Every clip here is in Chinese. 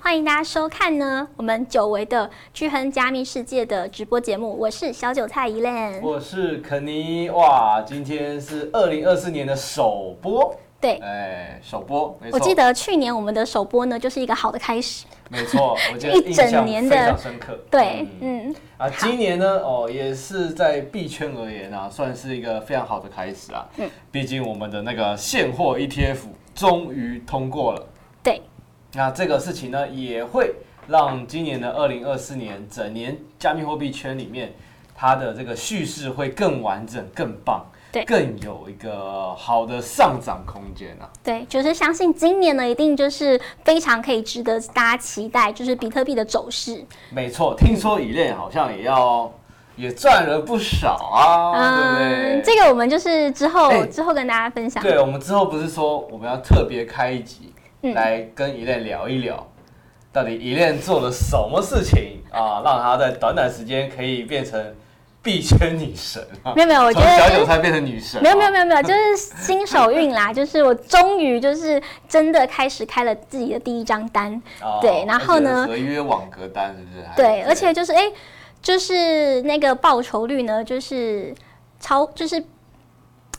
欢迎大家收看呢我们久违的聚亨加密世界的直播节目，我是小韭菜 Elen。我是肯尼，哇，今天是二零二四年的首播，对，哎，首播，没错，我记，得去年我们的首播呢，就是一个好的开始。没错，我记得一印整象年非的常深刻，对，嗯嗯，啊，今年呢，哦，也是在币圈而言啊，算是一个非常好的开始啊，嗯毕竟我们的那个现货 ETF 终于通过了，对，那这个事情呢，也会让今年的二零二四年整年加密货币圈里面，它的这个叙事会更完整、更棒，对更有一个好的上涨空间啊。对，就是相信今年呢，一定就是非常可以值得大家期待，就是比特币的走势。没错，听说以链好像也要也赚了不少啊，嗯对不对？这个我们就是之后、哎之后跟大家分享。对，我们之后不是说我们要特别开一集、嗯来跟以链聊一聊，到底以链做了什么事情啊，让它在短短时间可以变成币圈女神啊？没有没有，我觉从得小就是韭菜变成女神、没有没有没有没有，就是新手运啦， 就是我终于就是真的开始开了自己的第一张单，哦对然后呢而且合约网格单是不是？还对，而且就是哎、就是那个报酬率呢，就是超就是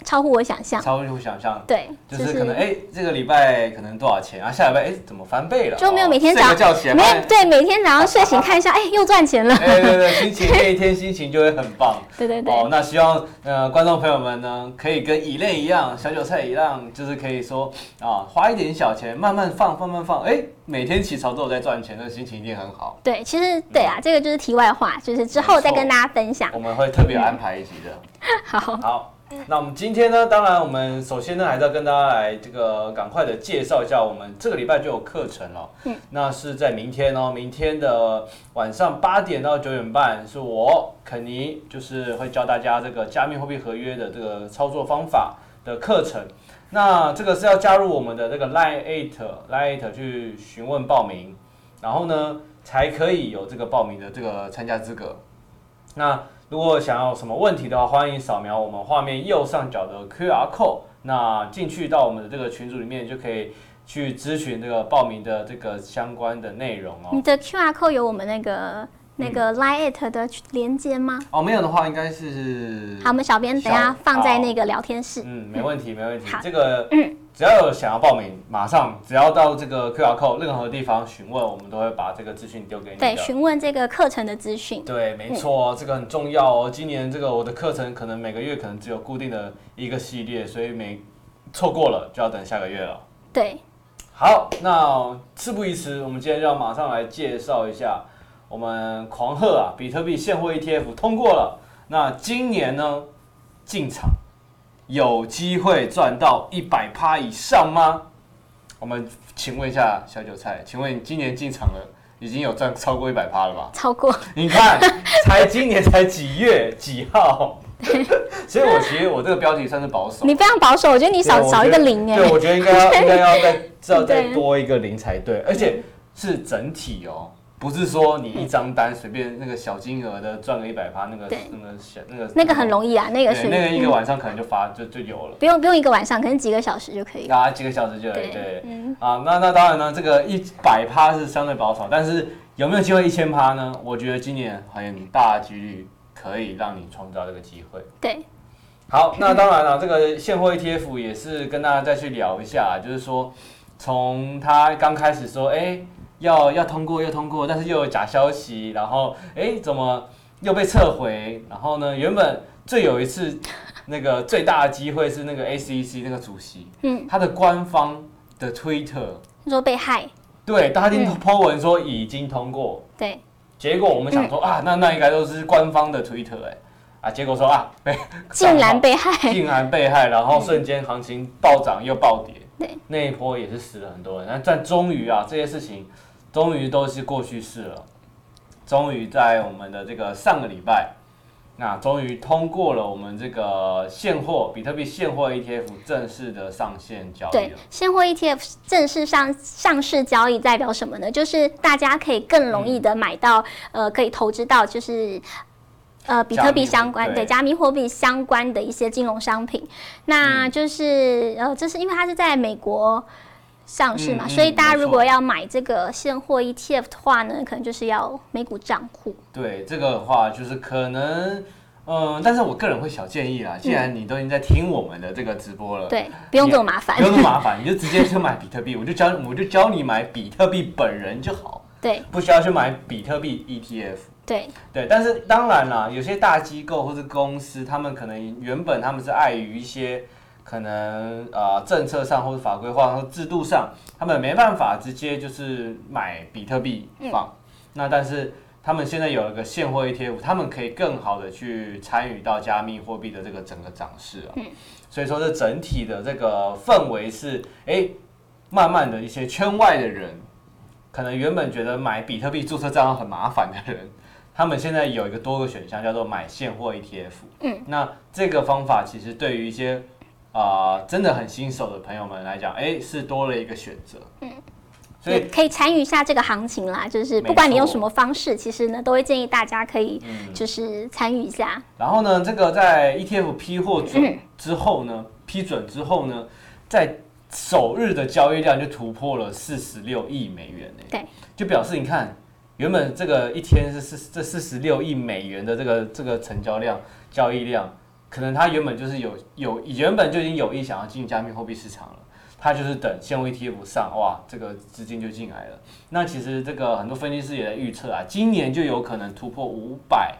超乎我想象，超乎想象，对，就是可能哎、这个礼拜可能多少钱啊？下礼拜哎、怎么翻倍了？就没有每天哦早睡上个觉起来没发现有对，每天早上睡醒看一下，哎、又赚钱 了，哎，对对，心情那一天心情就会很棒。对对对，哦，那希望呃观众朋友们呢，可以跟以类一样，小韭菜一样，就是可以说啊，花一点小钱，慢慢放，慢慢放，哎，每天起床都有在赚钱，那心情一定很好。对，其实对啊，这个就是题外话，就是之后再跟大家分享 我。们会特别安排一集的。好，好，那我们今天呢，当然我们首先呢，还是要跟大家来这个赶快的介绍一下，我们这个礼拜就有课程了。嗯，那是在明天哦，明天的晚上八点到九点半，是我肯尼就是会教大家这个加密货币合约的这个操作方法的课程。那这个是要加入我们的这个 Line Eight Line Eight 去询问报名，然后呢才可以有这个报名的这个参加资格。那如果想要有什么问题的话，欢迎扫描我们画面右上角的 QR code，那进去到我们的这个群组里面就可以去咨询这个报名的这个相关的内容哦。你的 QR code 有我们那嗯个那个 Line It 的连接吗？哦，没有的话应该是好，我们小编等一下小放在那个聊天室。嗯，没问题，没问题好。嗯这个只要有想要报名，马上只要到这个 QR code 任何地方询问，我们都会把这个资讯丢给你的。对，嗯询问这个课程的资讯。对，没错，这个很重要哦。今年这个我的课程可能每个月可能只有固定的一个系列，所以每错过了就要等下个月了。对，好，那事不宜迟，我们今天就要马上来介绍一下我们狂贺啊，比特币现货 ETF 通过了。那今年呢，进场有机会赚到一百趴以上吗？我们请问一下小韭菜，请问你今年进场了，已经有赚超过一百趴了吧？超过你看，才今年才几月几号？ 所以，我其实我这个标题算是保守。你非常保守，我觉得你对少我少一觉个得零哎、 对，我觉得应该要应该要再再再对多一个零才对，而且是整体哦，不是说你一张单随便那个小金额的赚个一百趴，那个对那个小那个那个很容易啊，那个对是、那个一个嗯晚上可能就发就就有了，不用不用一个晚上，可能几个小时就可以了。啊，几个小时就有对。嗯，啊，那那当然呢，这个一百趴是相对保守，但是有没有机会一千趴呢？我觉得今年很大几率可以让你创造这个机会。对，好，那当然了，这个现货 ETF 也是跟大家再去聊一下，就是说从它刚开始说，哎、要要通过要通过，但是又有假消息，然后哎、怎么又被撤回，然后呢，原本最有一次那个最大的机会是那个 ACEC 那个主席，嗯，他的官方的 Twitter。你说被害，对，他已经嗯 po 文说已经通过，对，结果我们想说、嗯啊，那那应该都是官方的 Twitter 哎、啊，结果说啊，被竟然被害，竟然被害，然后瞬间行情暴涨又暴跌，对，那一波也是死了很多人，但但终于啊，这些事情终于都是过去式了，终于在我们的这个上个礼拜。那终于通过了我们这个现货比特币现货 ETF 正式的上线交易对了，，现货 ETF 正式上上市交易代表什么呢？就是大家可以更容易的买到，呃，可以投资到就是。呃，比特币相关嗯加密货币对加密货币对相关嗯的一些金融商品，那就是、呃，这是因为它是在美国上市嘛，嗯嗯所以大家没错如果要买这个现货 ETF 的话呢，可能就是要美股账户。对这个的话，就是可能，嗯，但是我个人会小建议啦，啊既然你都已经在听我们的这个直播了，对，不用这么麻烦不。用那么麻烦，你就直接去买比特币，我就教我就教你买比特币本人就好，对不需要去买比特币 ETF。对，对，但是当然啦，有些大机构或是公司，他们可能原本他们是碍于一些可能呃政策上或者法规化或制度上，他们没办法直接就是买比特币放。那但是他们现在有一个现货 ETF，他们可以更好的去参与到加密货币的这个整个涨势啊。所以说这整体的这个氛围是，哎、慢慢的一些圈外的人，可能原本觉得买比特币注册账号很麻烦的人。他们现在有一个多个选项，叫做买现货 ETF。嗯，那这个方法其实对于一些啊、呃真的很新手的朋友们来讲，哎，是多了一个选择。嗯，所也以可以参与一下这个行情啦。就是没不管你用错什么方式，其实呢，都会建议大家可以嗯就是参与一下。然后呢，这个在 ETF 批获准之后呢，批准之后呢，在首日的交易量就突破了四十六亿美元呢。对，就表示你看，原本这个一天是四这四十六亿美元的这个这个成交量交易量，可能它原本就是有有原本就已经有意想要进加密货币市场了。它就是等现货 ETF 上，哇，这个资金就进来了。那其实这个很多分析师也在预测啊，今年就有可能突破五百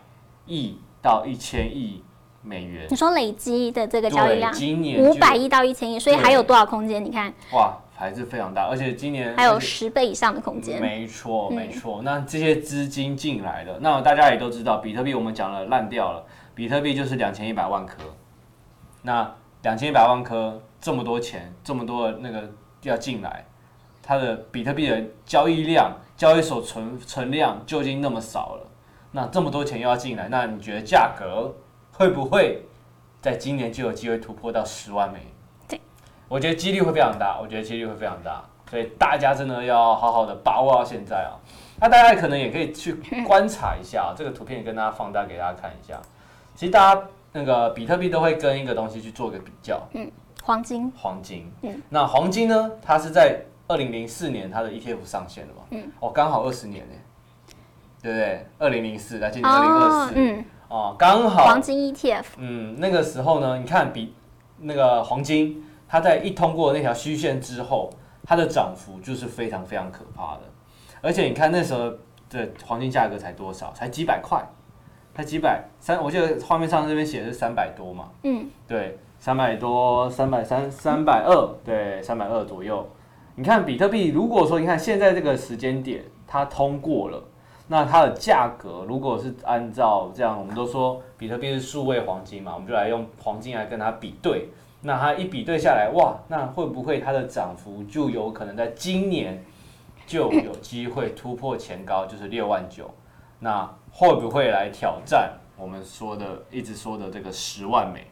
亿到一千亿美元。你说累积的这个交易对，量今年五就百亿到一千亿，所以还有多少空间？你看，哇，还是非常大，而且今年还有十倍以上的空间。没错，嗯没错。那这些资金进来了，那大家也都知道，比特币我们讲了烂掉了，比特币就是两千一百万颗。那两千一百万颗这么多钱，这么多的那个要进来，它的比特币的交易量、交易所存存量就已经那么少了，那这么多钱又要进来，那你觉得价格会不会在今年就有机会突破到十万美元？对，我觉得几率会非常大，我觉得几率会非常大，所以大家真的要好好的把握到现在啊。那大家可能也可以去观察 一下、啊这个图片，也跟大家放大给大家看一下。其实大家那个比特币都会跟一个东西去做个比较，黄金，黄金。嗯那黄金呢，它是在二零零四年它的 E ETF 上线的嘛，嗯，哦，刚好二十年呢，对不对？二零零四，那今年二零二四，哦嗯，哦，刚好黄，金 E ETF，嗯，那个时候呢，你看比那个黄金，它在一通过那条虚线之后，它的涨幅就是非常非常可怕的，而且你看那时候的黄金价格才多少，才几百块，才几百三，我记得画面上这边写的是三百多嘛。嗯，对，三百多，三百三，三百二，对，三百二左右。你看比特币，如果说你看现在这个时间点，它通过了，那它的价格如果是按照这样，我们都说比特币是数位黄金嘛，我们就来用黄金来跟它比对。那它一比对下来，哇，那会不会它的涨幅就有可能在今年就有机会突破前高，就是六万九？那会不会来挑战我们说的一直说的这个十万美？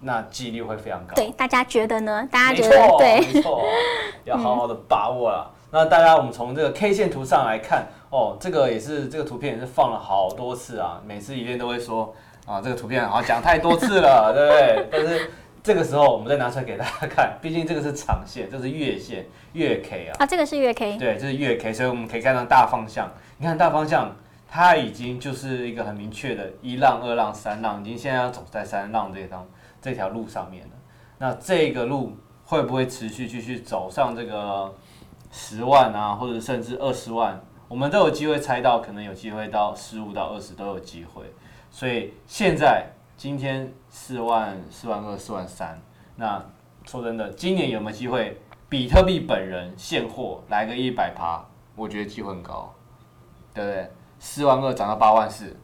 那几率会非常高。对，大家觉得呢？大家没觉错，哎得对？没错，要好好的把握了。那大家，我们从这个 K 线图上来看，哦，这个也是这个图片也是放了好多次啊，每次一定都会说啊，这个图片好像讲太多次了，对不对？但是这个时候我们再拿出来给大家看，毕竟这个是长线，这是月线月 K 啊，啊，这个是月 K，对，这是月 K，所以我们可以看到大方向。你看大方向，它已经就是一个很明确的一浪、二浪、三浪，已经现在要走在三浪这张这条路上面了。那这个路会不会持续继续走上这个十万啊，或者甚至二十万？我们都有机会猜到，可能有机会到十五到二十都有机会。所以现在今天四万、四万二、四万三，那说真的，今年有没有机会比特币本人现货来个一百趴，我觉得机会很高，对不对？四万二涨到八万四，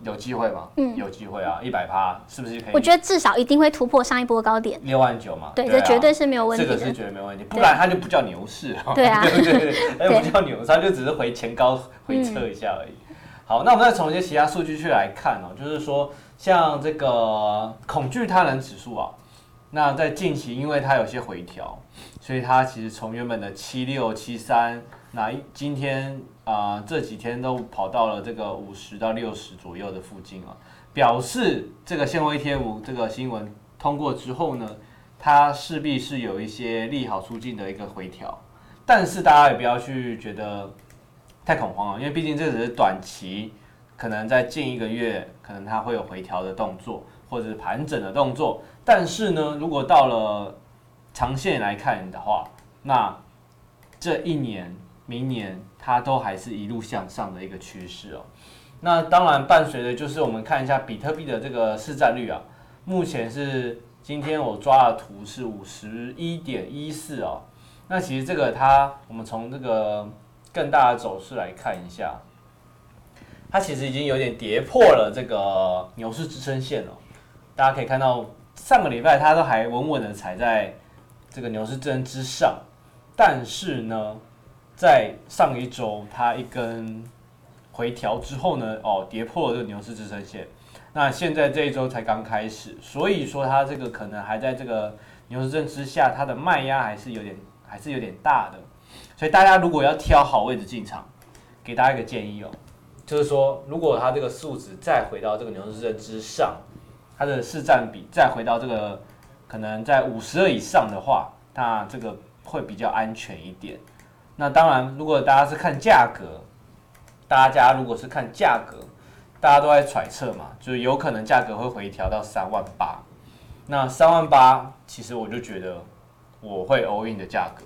有机会吗？嗯有机会啊，一百趴是不是可以？我觉得至少一定会突破上一波高点。六万九嘛，对，啊这绝对是没有问题这个是的。绝对没问题，不然它就不叫牛市了。对嗯啊 对对对，哎，不叫牛市，它就只是回前高回撤一下而已。好，那我们再从一些其他数据去来看哦，就是说像这个恐惧他人指数啊，那在近期因为它有些回调，所以它其实从原本的七六七三，那一今天啊、这几天都跑到了这个五十到六十左右的哦 E 附近啊，表示这个现货 ETF 这个新闻通过之后呢，它势必是有一些利好出尽的一个回调，但是大家也不要去觉得太恐慌了，因为毕竟这只是短期，可能在近一个月，可能它会有回调的动作或者是盘整的动作，但是呢，如果到了长线来看的话，那这一年、明年它都还是一路向上的一个趋势哦。那当然，伴随的就是我们看一下比特币的这个市占率啊，目前是今天我抓的图是五十一点一四哦。那其实这个它，我们从这个更大的走势来看一下，它其实已经有点跌破了这个牛市支撑线了。大家可以看到，上个礼拜它都还稳稳的踩在这个牛市支撑之上，但是呢，在上一周它一根回调之后呢，哦，跌破了这个牛市支撑线。那现在这一周才刚开始，所以说它这个可能还在这个牛市证之下，它的卖压还是有点还是有点大的。所以大家如果要挑好位置进场，给大家一个建议哦，就是说如果它这个数值再回到这个牛市证之上，它的市占比再回到这个可能在五十二以上的话，那这个会比较安全一点。那当然，如果大家是看价格，大家如果是看价格，大家都在揣测嘛，就是有可能价格会回调到三万八。那三万八，其实我就觉得我会 all in 的价格，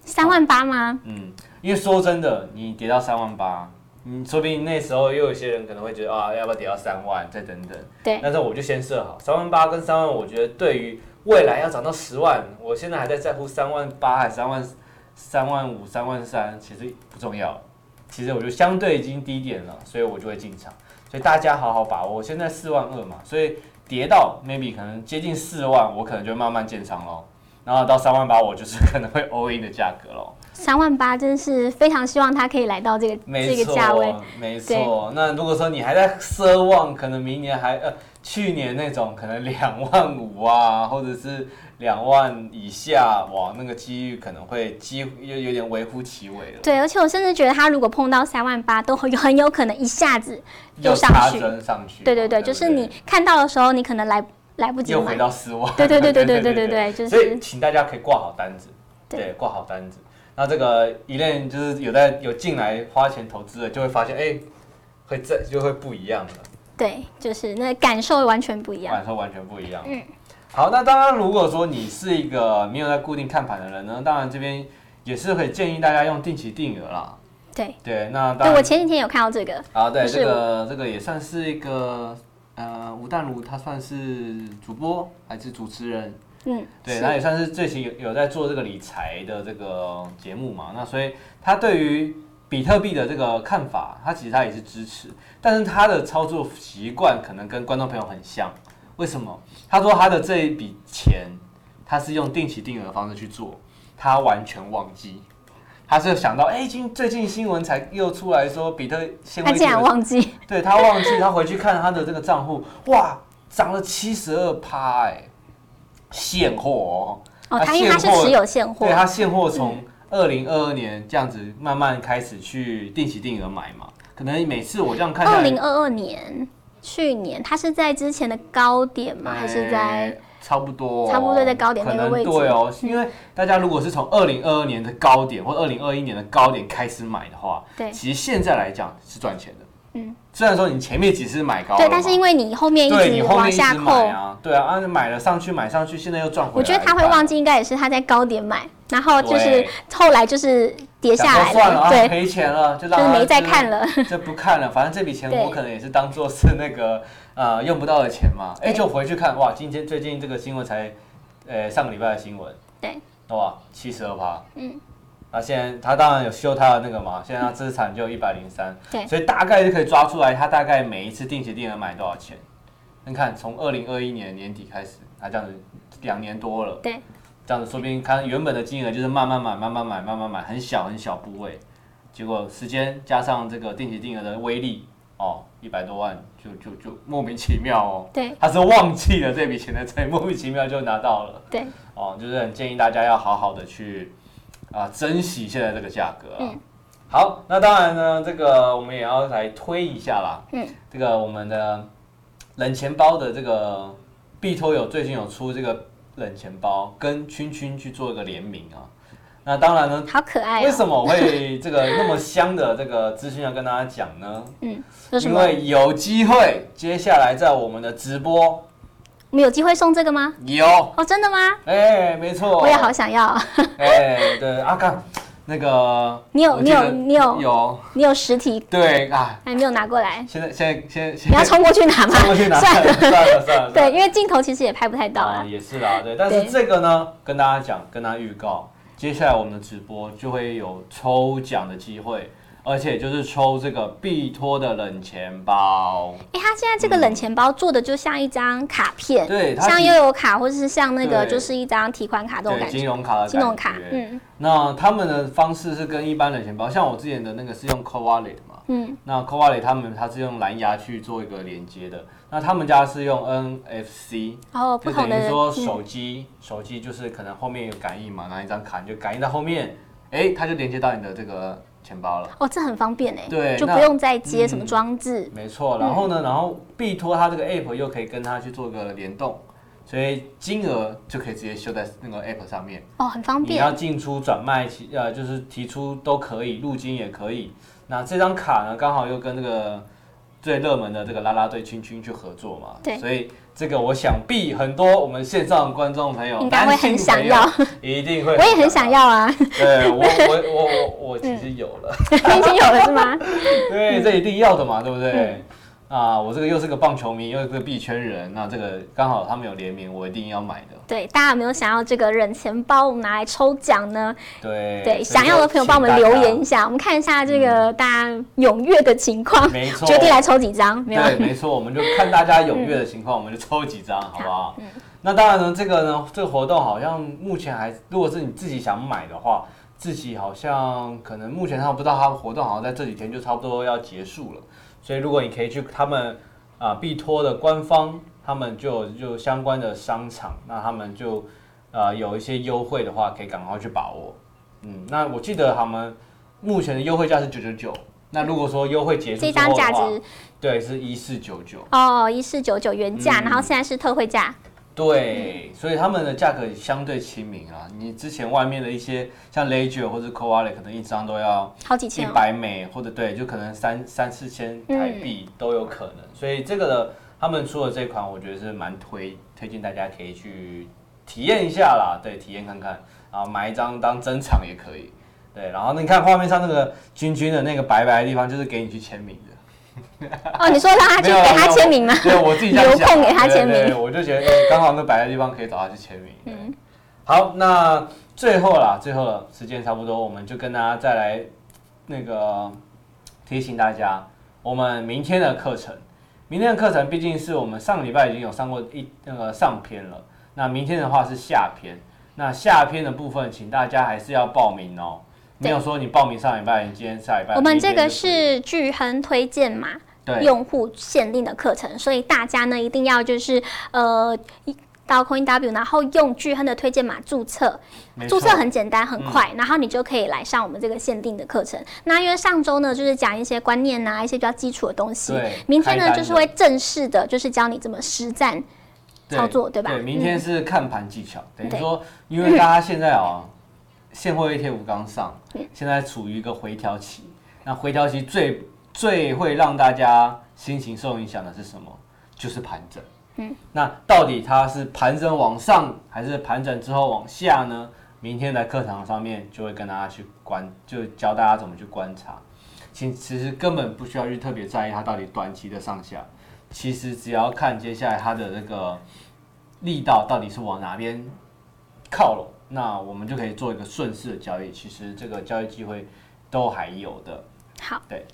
三万八吗？嗯，因为说真的，你跌到三万八，你说不定那时候又有些人可能会觉得啊，要不要跌到三万，再等等。对，但是我就先设好三万八跟三万，我觉得对于未来要涨到十万，我现在还在在乎三万八还三万三万五、三万三，其实不重要。其实我就相对已经低点了，所以我就会进场。所以大家好好把握，我现在四万二嘛，所以跌到 maybe 可能接近四万，我可能就慢慢建仓喽。然后到三万八，我就是可能会 all in 的价格喽。三万八真是非常希望它可以来到这个没这个错，价位。没错。那如果说你还在奢望，可能明年还呃去年那种可能两万五啊，或者是两万以下，哇，那个机遇可能会几乎有有点微乎其微了，对，而且我甚至觉得它如果碰到三万八，都很有很有可能一下子又上插去。针上去。对对对，不就是你看到的时候，你可能来来不及又回买。到四万。对对对对对对对对对，就所以是请大家可以挂好单子，对对，挂好单子。那这个一类就是有在有进来花钱投资的，就会发现哎、会这就会不一样了。对，就是那感受完全不一样。感受完全不一样。嗯，好，那当然，如果说你是一个没有在固定看盘的人呢，当然这边也是可以建议大家用定期定额啦。对，对，那当对我然前几天有看到这个，啊，对，不是这个这个也算是一个呃，吴淡如他算是主播还是主持人？嗯，对，是那也算是最近有有在做这个理财的这个节目嘛，那所以他对于比特币的这个看法，他其实他也是支持，但是他的操作习惯可能跟观众朋友很像，为什么？他说他的这一笔钱，他是用定期定额的方式去做，他完全忘记。他是想到，哎、今最近新闻才又出来说比特纤他维股竟然的忘记，对他忘记，他回去看他的这个账户，哇，涨了七十二趴，哎、现货哦，他他因为他是啊现货持有现哦，货对，他现货从二零二二年这样子慢慢开始去定期定额买嘛，可能每次我这样看下二来，零二二年去年他是在之前的高点吗？还是在哎差不多哦，差不多在高点那个可能位置对哦，因为大家如果是从二零二二年的高点或二零二一年的高点开始买的话，对其实现在来讲是赚钱的。嗯，虽然说你前面几次买高了嘛，对？但是因为你后面一哦对你直后面往一直下扣，买啊，对啊，啊买了上去买上去，现在又赚回来。我觉得他会忘记，应该也是他在高点买，然后就是对后来就是跌一半，下来想说算了了，啊，对，赔钱了，就就让是他没再看了。 就是，就不看了。反正这笔钱对我可能也是当做是那个呃用不到的钱嘛。哎，对就回去看哇，今天最近这个新闻才，呃上个礼拜的新闻，对，哇，七十二趴，嗯。那现在他当然有修他的那个嘛，现在他资产就一百零三，嗯对所以大概就可以抓出来他大概每一次定期定额买多少钱。你看，从二零二一年年底开始，他这样子两年多了，对，这样子说不定看原本的金额就是慢慢买、慢慢买、慢慢买，很小很小部位，结果时间加上这个定期定额的威力，哦，一百多万就就就莫名其妙哦，对他是忘记了这笔钱的，所以莫名其妙就拿到了。对，哦，就是很建议大家要好好的去啊、珍惜现在这个价格啊。嗯好，那当然呢，这个我们也要来推一下啦。嗯，这个我们的冷钱包的这个币托有最近有出这个冷钱包跟圈圈去做一个联名啊。那当然呢，好可爱、为哦。什么我会这个那么香的这个资讯要跟大家讲呢？嗯，说什因么？为有机会，接下来在我们的直播我们有机会送这个吗？有，哦，真的吗？哎、没错，我也好，想要。啊哎、对，阿、啊、刚，那个你有我记得你有你有有，你有实体哎对啊，还没有拿过 来，现在现在现在现你要在冲过去拿吗？冲过 去拿，算算了了，算了算了，对，因为镜头其实也拍不太到啊，啊。也是啦，对，但是对这个呢，跟大家讲，跟大家预告，接下来我们的直播就会有抽奖的机会，而且就是抽这个必托的冷钱包，哎、它现在这个冷钱包做的就像一张卡片，对，它像是悠游卡或者是像那个对就是一张提款卡这种对感金觉，融卡的金融感卡觉，嗯那他们的方式是跟一般冷钱包，像我之前的那个是用 Co Wallet 嘛，嗯，那 Co Wallet 他们它是用蓝牙去做一个连接的，那他们家是用 NFC，然后不就同等的于说嗯手机，手机就是可能后面有感应嘛，拿一张卡你就感应到后面，哎、它就连接到你的这个钱包了。哦，这很方便哎，对就那不用再接嗯什么装置，没错，然嗯后呢，然后币托它这个 app 又可以跟它去做个联动，所以金额就可以直接秀在那个 app 上面。哦，很方嗯你便。要进出转卖，其呃就是提出都可以，入金也可以。那这张卡呢，刚好又跟这个最热门的这个啦啦队圈圈去合作嘛，对所以这个我想必很多我们线上观众朋友应该会很想要，男性朋 友一定会，我也很想。要 嗯啊，对我我我我我其实有了， 已经有了是吗？对，这一定要的嘛，对不对？嗯啊，我这个又是个棒球迷，又是个币圈人，那这个刚好他们有联名，我一定要买的。对，大家有没有想要这个冷钱包拿来抽奖呢？对对，所以想要的说朋友帮我们请大留家嗯言一下，我们看一下这个大家踊跃的情况， 没错，决定来抽几张，没有？啊嗯对，没错，我们就看大家踊跃的情况，我们就抽几张，好不好？那当然呢，这个呢，这个活动好像目前还，如果是你自己想买的话，自己好像可能目前他们不知道他们活动好像在这几天就差不多要结束了，所以如果你可以去他们啊必托的官方，他们就有就相关的商场，那他们就呃有一些优惠的话，可以赶快去把握。嗯，那我记得他们目前的优惠价是九九九，那如果说优惠结束这之后张的价话，值对，是一四九九。哦，一四九九原价，嗯然后现在是特惠价，对，所以他们的价格相对亲民啊。你之前外面的一些像 Ledger 或者 c o a l e 可能一张都要好几一 千哦。百美，或者对，就可能三三四千台币都有可能。所以这个的他们出的这款，我觉得是蛮推推荐大家可以去体验一下啦，对，体验看看，然后买一张当珍藏也可以。对，然后你看画面上那个君君的那个白白的地方，就是给你去签名的。哦，你说让他去没有给他没有签名吗？ 对，我自己这样有想空给他签名对对对我就觉得哎刚好那摆的地方可以找他去签名。嗯，好，那最后啦，最后了，时间差不多，我们就跟大家再来那个提醒大家，我们明天的课程，明天的课程毕竟是我们上礼拜已经有上过一那个上篇了，那明天的话是下篇，那下篇的部分，请大家还是要报名哦。没有说你报名上礼拜，你今天下礼拜。我们这明天个就可以是巨亨推荐码，对用户限定的课程，所以大家呢一定要就是呃一到 Coin W，然后用巨亨的推荐码注册，没注错嗯册很简单很快，然后你就可以来上我们这个限定的课程。那因为上周呢就是讲一些观念呐、一些比较基础的东西对，明天开呢单就是的会正式的就是教你怎么实战对操作对吧嗯对，明天是看盘技巧，等于对说，因为大家现在啊、现货 ETF 刚上，嗯现在处于一个回调期，那回调期最最会让大家心情受影响的是什么？就是盘整。嗯，那到底它是盘整往上，还是盘整之后往下呢？明天的课堂上面就会跟大家去观，就教大家怎么去观察。其其实根本不需要去特别在意它到底短期的上下，其实只要看接下来它的那个力道到底是往哪边靠拢，那我们就可以做一个顺势的交易。其实这个交易机会都还有的。好，对。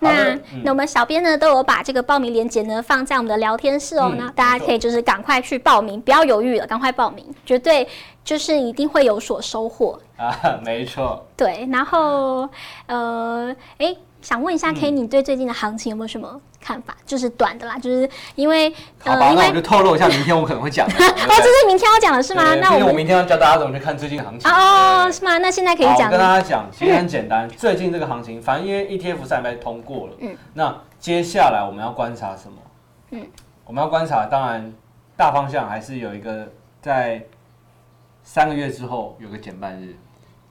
好那的嗯那我们小编呢都有把这个报名链接呢放在我们的聊天室哦，嗯那大家没错可以就是赶快去报名，不要犹豫了，赶快报名，绝对就是一定会有所收获。啊，没错。对，然后呃，哎，想问一嗯下 K，、你对最近的行情有没有什么看法？就是短的啦，就是因为好吧，呃因那我为就透露一下，明天我可能会 讲的。哦，这是明天要讲的是吗？对那毕我竟我们明天要教大家怎么去看最近的行情。哦对是吗？那现在可以好讲我跟了。大家讲，其实很简单， 最近这个行情，反正因为 E ETF 上礼拜通过了，嗯那接下来我们要观察什么？嗯我们要观察，当然大方向还是有一个在三个月之后有个减半日，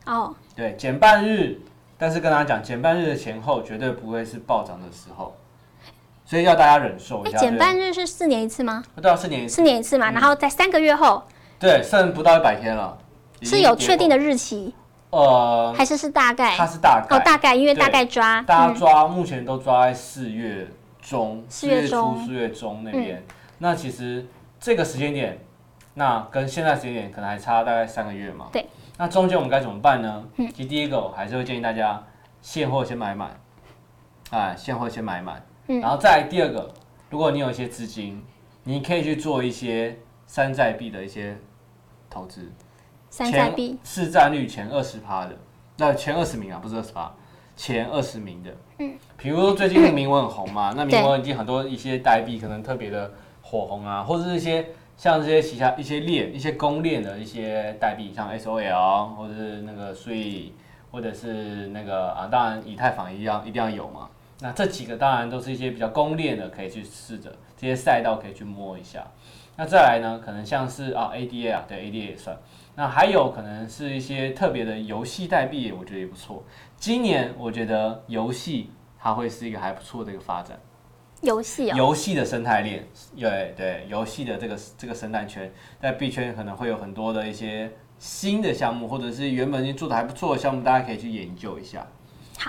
哦，对，减半日，但是跟大家讲，减半日的前后绝对不会是暴涨的时候，所以要大家忍受一哎，下。减半对日是四年一次吗？不到四年一次，四年一次嘛，然后在三个月后对，剩不到一百天了，已经是有确定的跌日期，破呃，还是是大概？它是大概，哦，大概，因为对大概抓，大家嗯抓、目前都抓在四月中、四月中嗯初、四月中那边。那其实这个时间点，那跟现在时间点可能还差大概三个月嘛。对。嗯那中间我们该怎么办呢？其实第一个我还是会建议大家现货先买满，哎，现货先买满。嗯然后再来第二个，如果你有一些资金，你可以去做一些山寨币的一些投资。山寨前币，市占率前二十趴的，那前二十名啊，不是二十趴，前二十名的。嗯，比如说最近的铭文很红嘛，那铭文已经很多一些代币可能特别的火红啊，或者是一些像这些旗下一些链、一些公链的一些代币，像 SOL 或者是那个 s e 或者是那个啊，当然以太坊一样一定要有嘛。那这几个当然都是一些比较公链的，可以去试着这些赛道可以去摸一下。那再来呢，可能像是啊 ADA 啊，对 ADA 也算。那还有可能是一些特别的游戏代币，我觉得也不错。今年我觉得游戏它会是一个还不错的一个发展，游戏哦，游戏的生态链，对对，游戏的这个这个生态圈，在币圈可能会有很多的一些新的项目，或者是原本已经做的还不错的项目，大家可以去研究一下。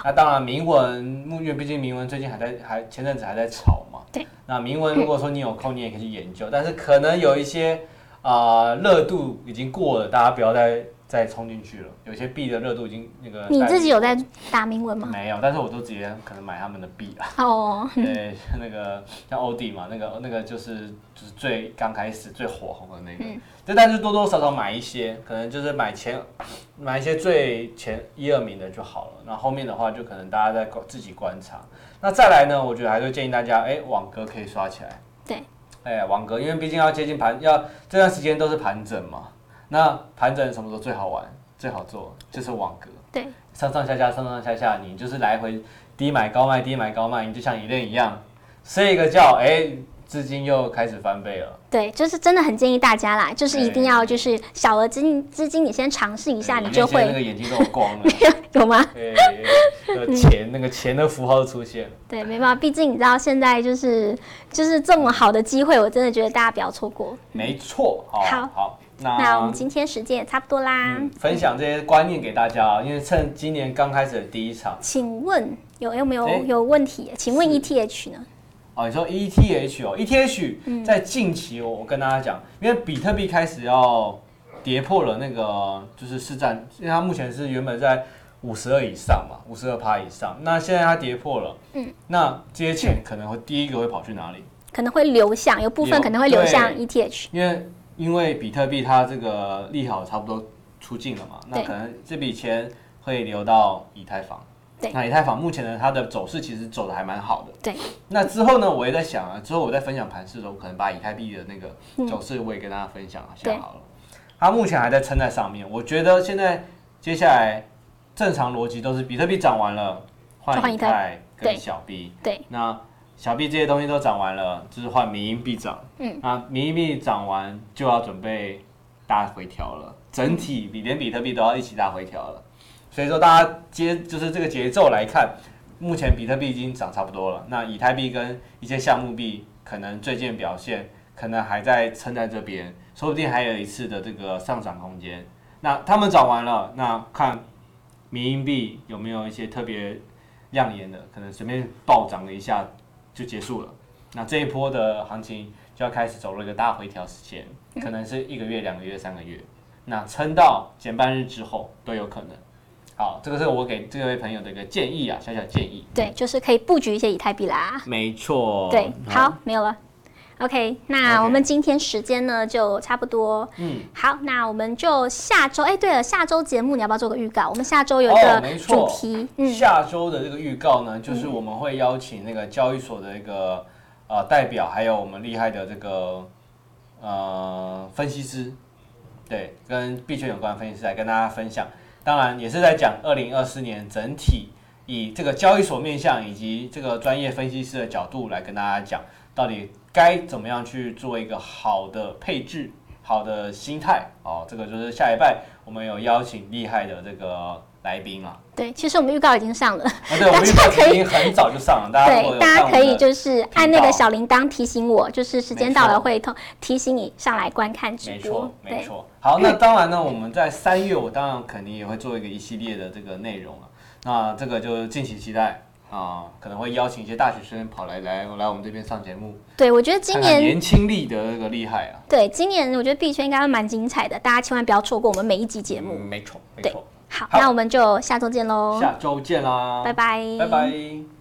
那当然，铭文，目因为毕竟铭文最近还在，还前阵子还在炒嘛。对。那铭文，如果说你有空，你也可以去研究，但是可能有一些啊热、度已经过了，大家不要再再冲进去了。有些币的热度已经那个。你自己有在打铭文吗？没有？但是我都直接可能买他们的币啊。哦，对，那个像欧弟嘛，那个那个就是就是最刚开始最火红的那嗯个，对，但是多多少少买一些，可能就是买前买一些最前一二名的就好了，那后面的话就可能大家在观自己观察。那再来呢，我觉得还是建议大家，哎，网格可以刷起来，对，哎，网格，因为毕竟要接近盘，要这段时间都是盘整嘛，那盘整什么时候最好玩、最好做，就是网格。对，上上下下，上上下下，你就是来回低买高卖，低买高卖，你就像一练一样，睡一个觉，哎、资金又开始翻倍了。对，就是真的很建议大家啦，就是一定要就是小额资金资金，你先尝试一下，对你就练习的那会个眼睛都有光 了，有 吗？对，有钱嗯那个钱的符号都出现了。对，没办法，毕竟你知道现在就是就是这么好的机会，我真的觉得大家不要错过。没错，好，好好，那我们今天时间也差不多啦，嗯分享这些观念给大家啊，因为趁今年刚开始的第一场请问有有没有哎有问题？请问 ETH 呢？哦，你说 ETH 哦，ETH 在近期哦我我跟大家讲，因为比特币开始要跌破了那个就是市占，因为它目前是原本在五十二以上嘛，五十二趴以上，那现在它跌破了，嗯，那这些钱可能会第一个会跑去哪里？可能会流向，有部分有可能会流向 E 对 ETH。因为因为比特币它这个利好差不多出尽了嘛，那对可能这笔钱会流到以太坊。对那以太坊目前呢，它的走势其实走的还蛮好的。对，那之后呢，我也在想啊，之后我在分享盘势的时候，可能把以太币的那个走势我也跟大家分享一嗯下对好了。它目前还在撑在上面，我觉得现在接下来正常逻辑都是比特币涨完了，就换换以以太太跟对小币。对，那小币这些东西都涨完了，就是换民营币涨。嗯，那民营币涨完就要准备大回调了，整体比连比特币都要一起大回调了。所以说，大家接就是这个节奏来看，目前比特币已经涨差不多了。那以太币跟一些项目币可能最近表现可能还在撑在这边，说不定还有一次的这个上涨空间。那他们涨完了，那看民营币有没有一些特别亮眼的，可能随便暴涨了一下就结束了。那这一波的行情就要开始走入一个大回调时间，可能是一个月、两个月、三个月，那撑到减半日之后都有可能。好，这个是我给这位朋友的一个建议啊，小小建议。对，就是可以布局一些以太币啦。没错。对，好，没有了。OK，那哦 OK 我们今天时间呢就差不多。嗯，好，那我们就下周。哎，对了，下周节目你要不要做个预告？我们下周有一哦个没错主题，嗯，下周的这个预告呢，就是我们会邀请那个交易所的一个呃代表，还有我们厉害的这个呃分析师，对，跟币圈有关的分析师来跟大家分享。当然也是在讲二零二四年整体以这个交易所面向以及这个专业分析师的角度来跟大家讲，到底该怎么样去做一个好的配置，好的心态哦。这个就是下一拜我们有邀请厉害的这个来宾啊。对，其实我们预告已经上了，啊，对，我们预大家可告以已经很早就上了，大家如果对，有大看家我可们以的就是按频那道个小铃铛提醒我，就是时间到没了错会通提醒你上来观看直没播错，。没对，错。好，那当然呢，我们在三月，我当然肯定也会做一个一系列的这个内容了。那这个就敬请期待啊、可能会邀请一些大学生跑来来来我们这边上节目，对我觉得今看看年。年轻力的这个厉害啊。对，今年我觉得币圈应该会蛮精彩的，大家千万不要错过我们每一集节目。嗯没错，没对错。好，好那我们就下周见喽，下周见啦，拜拜，拜拜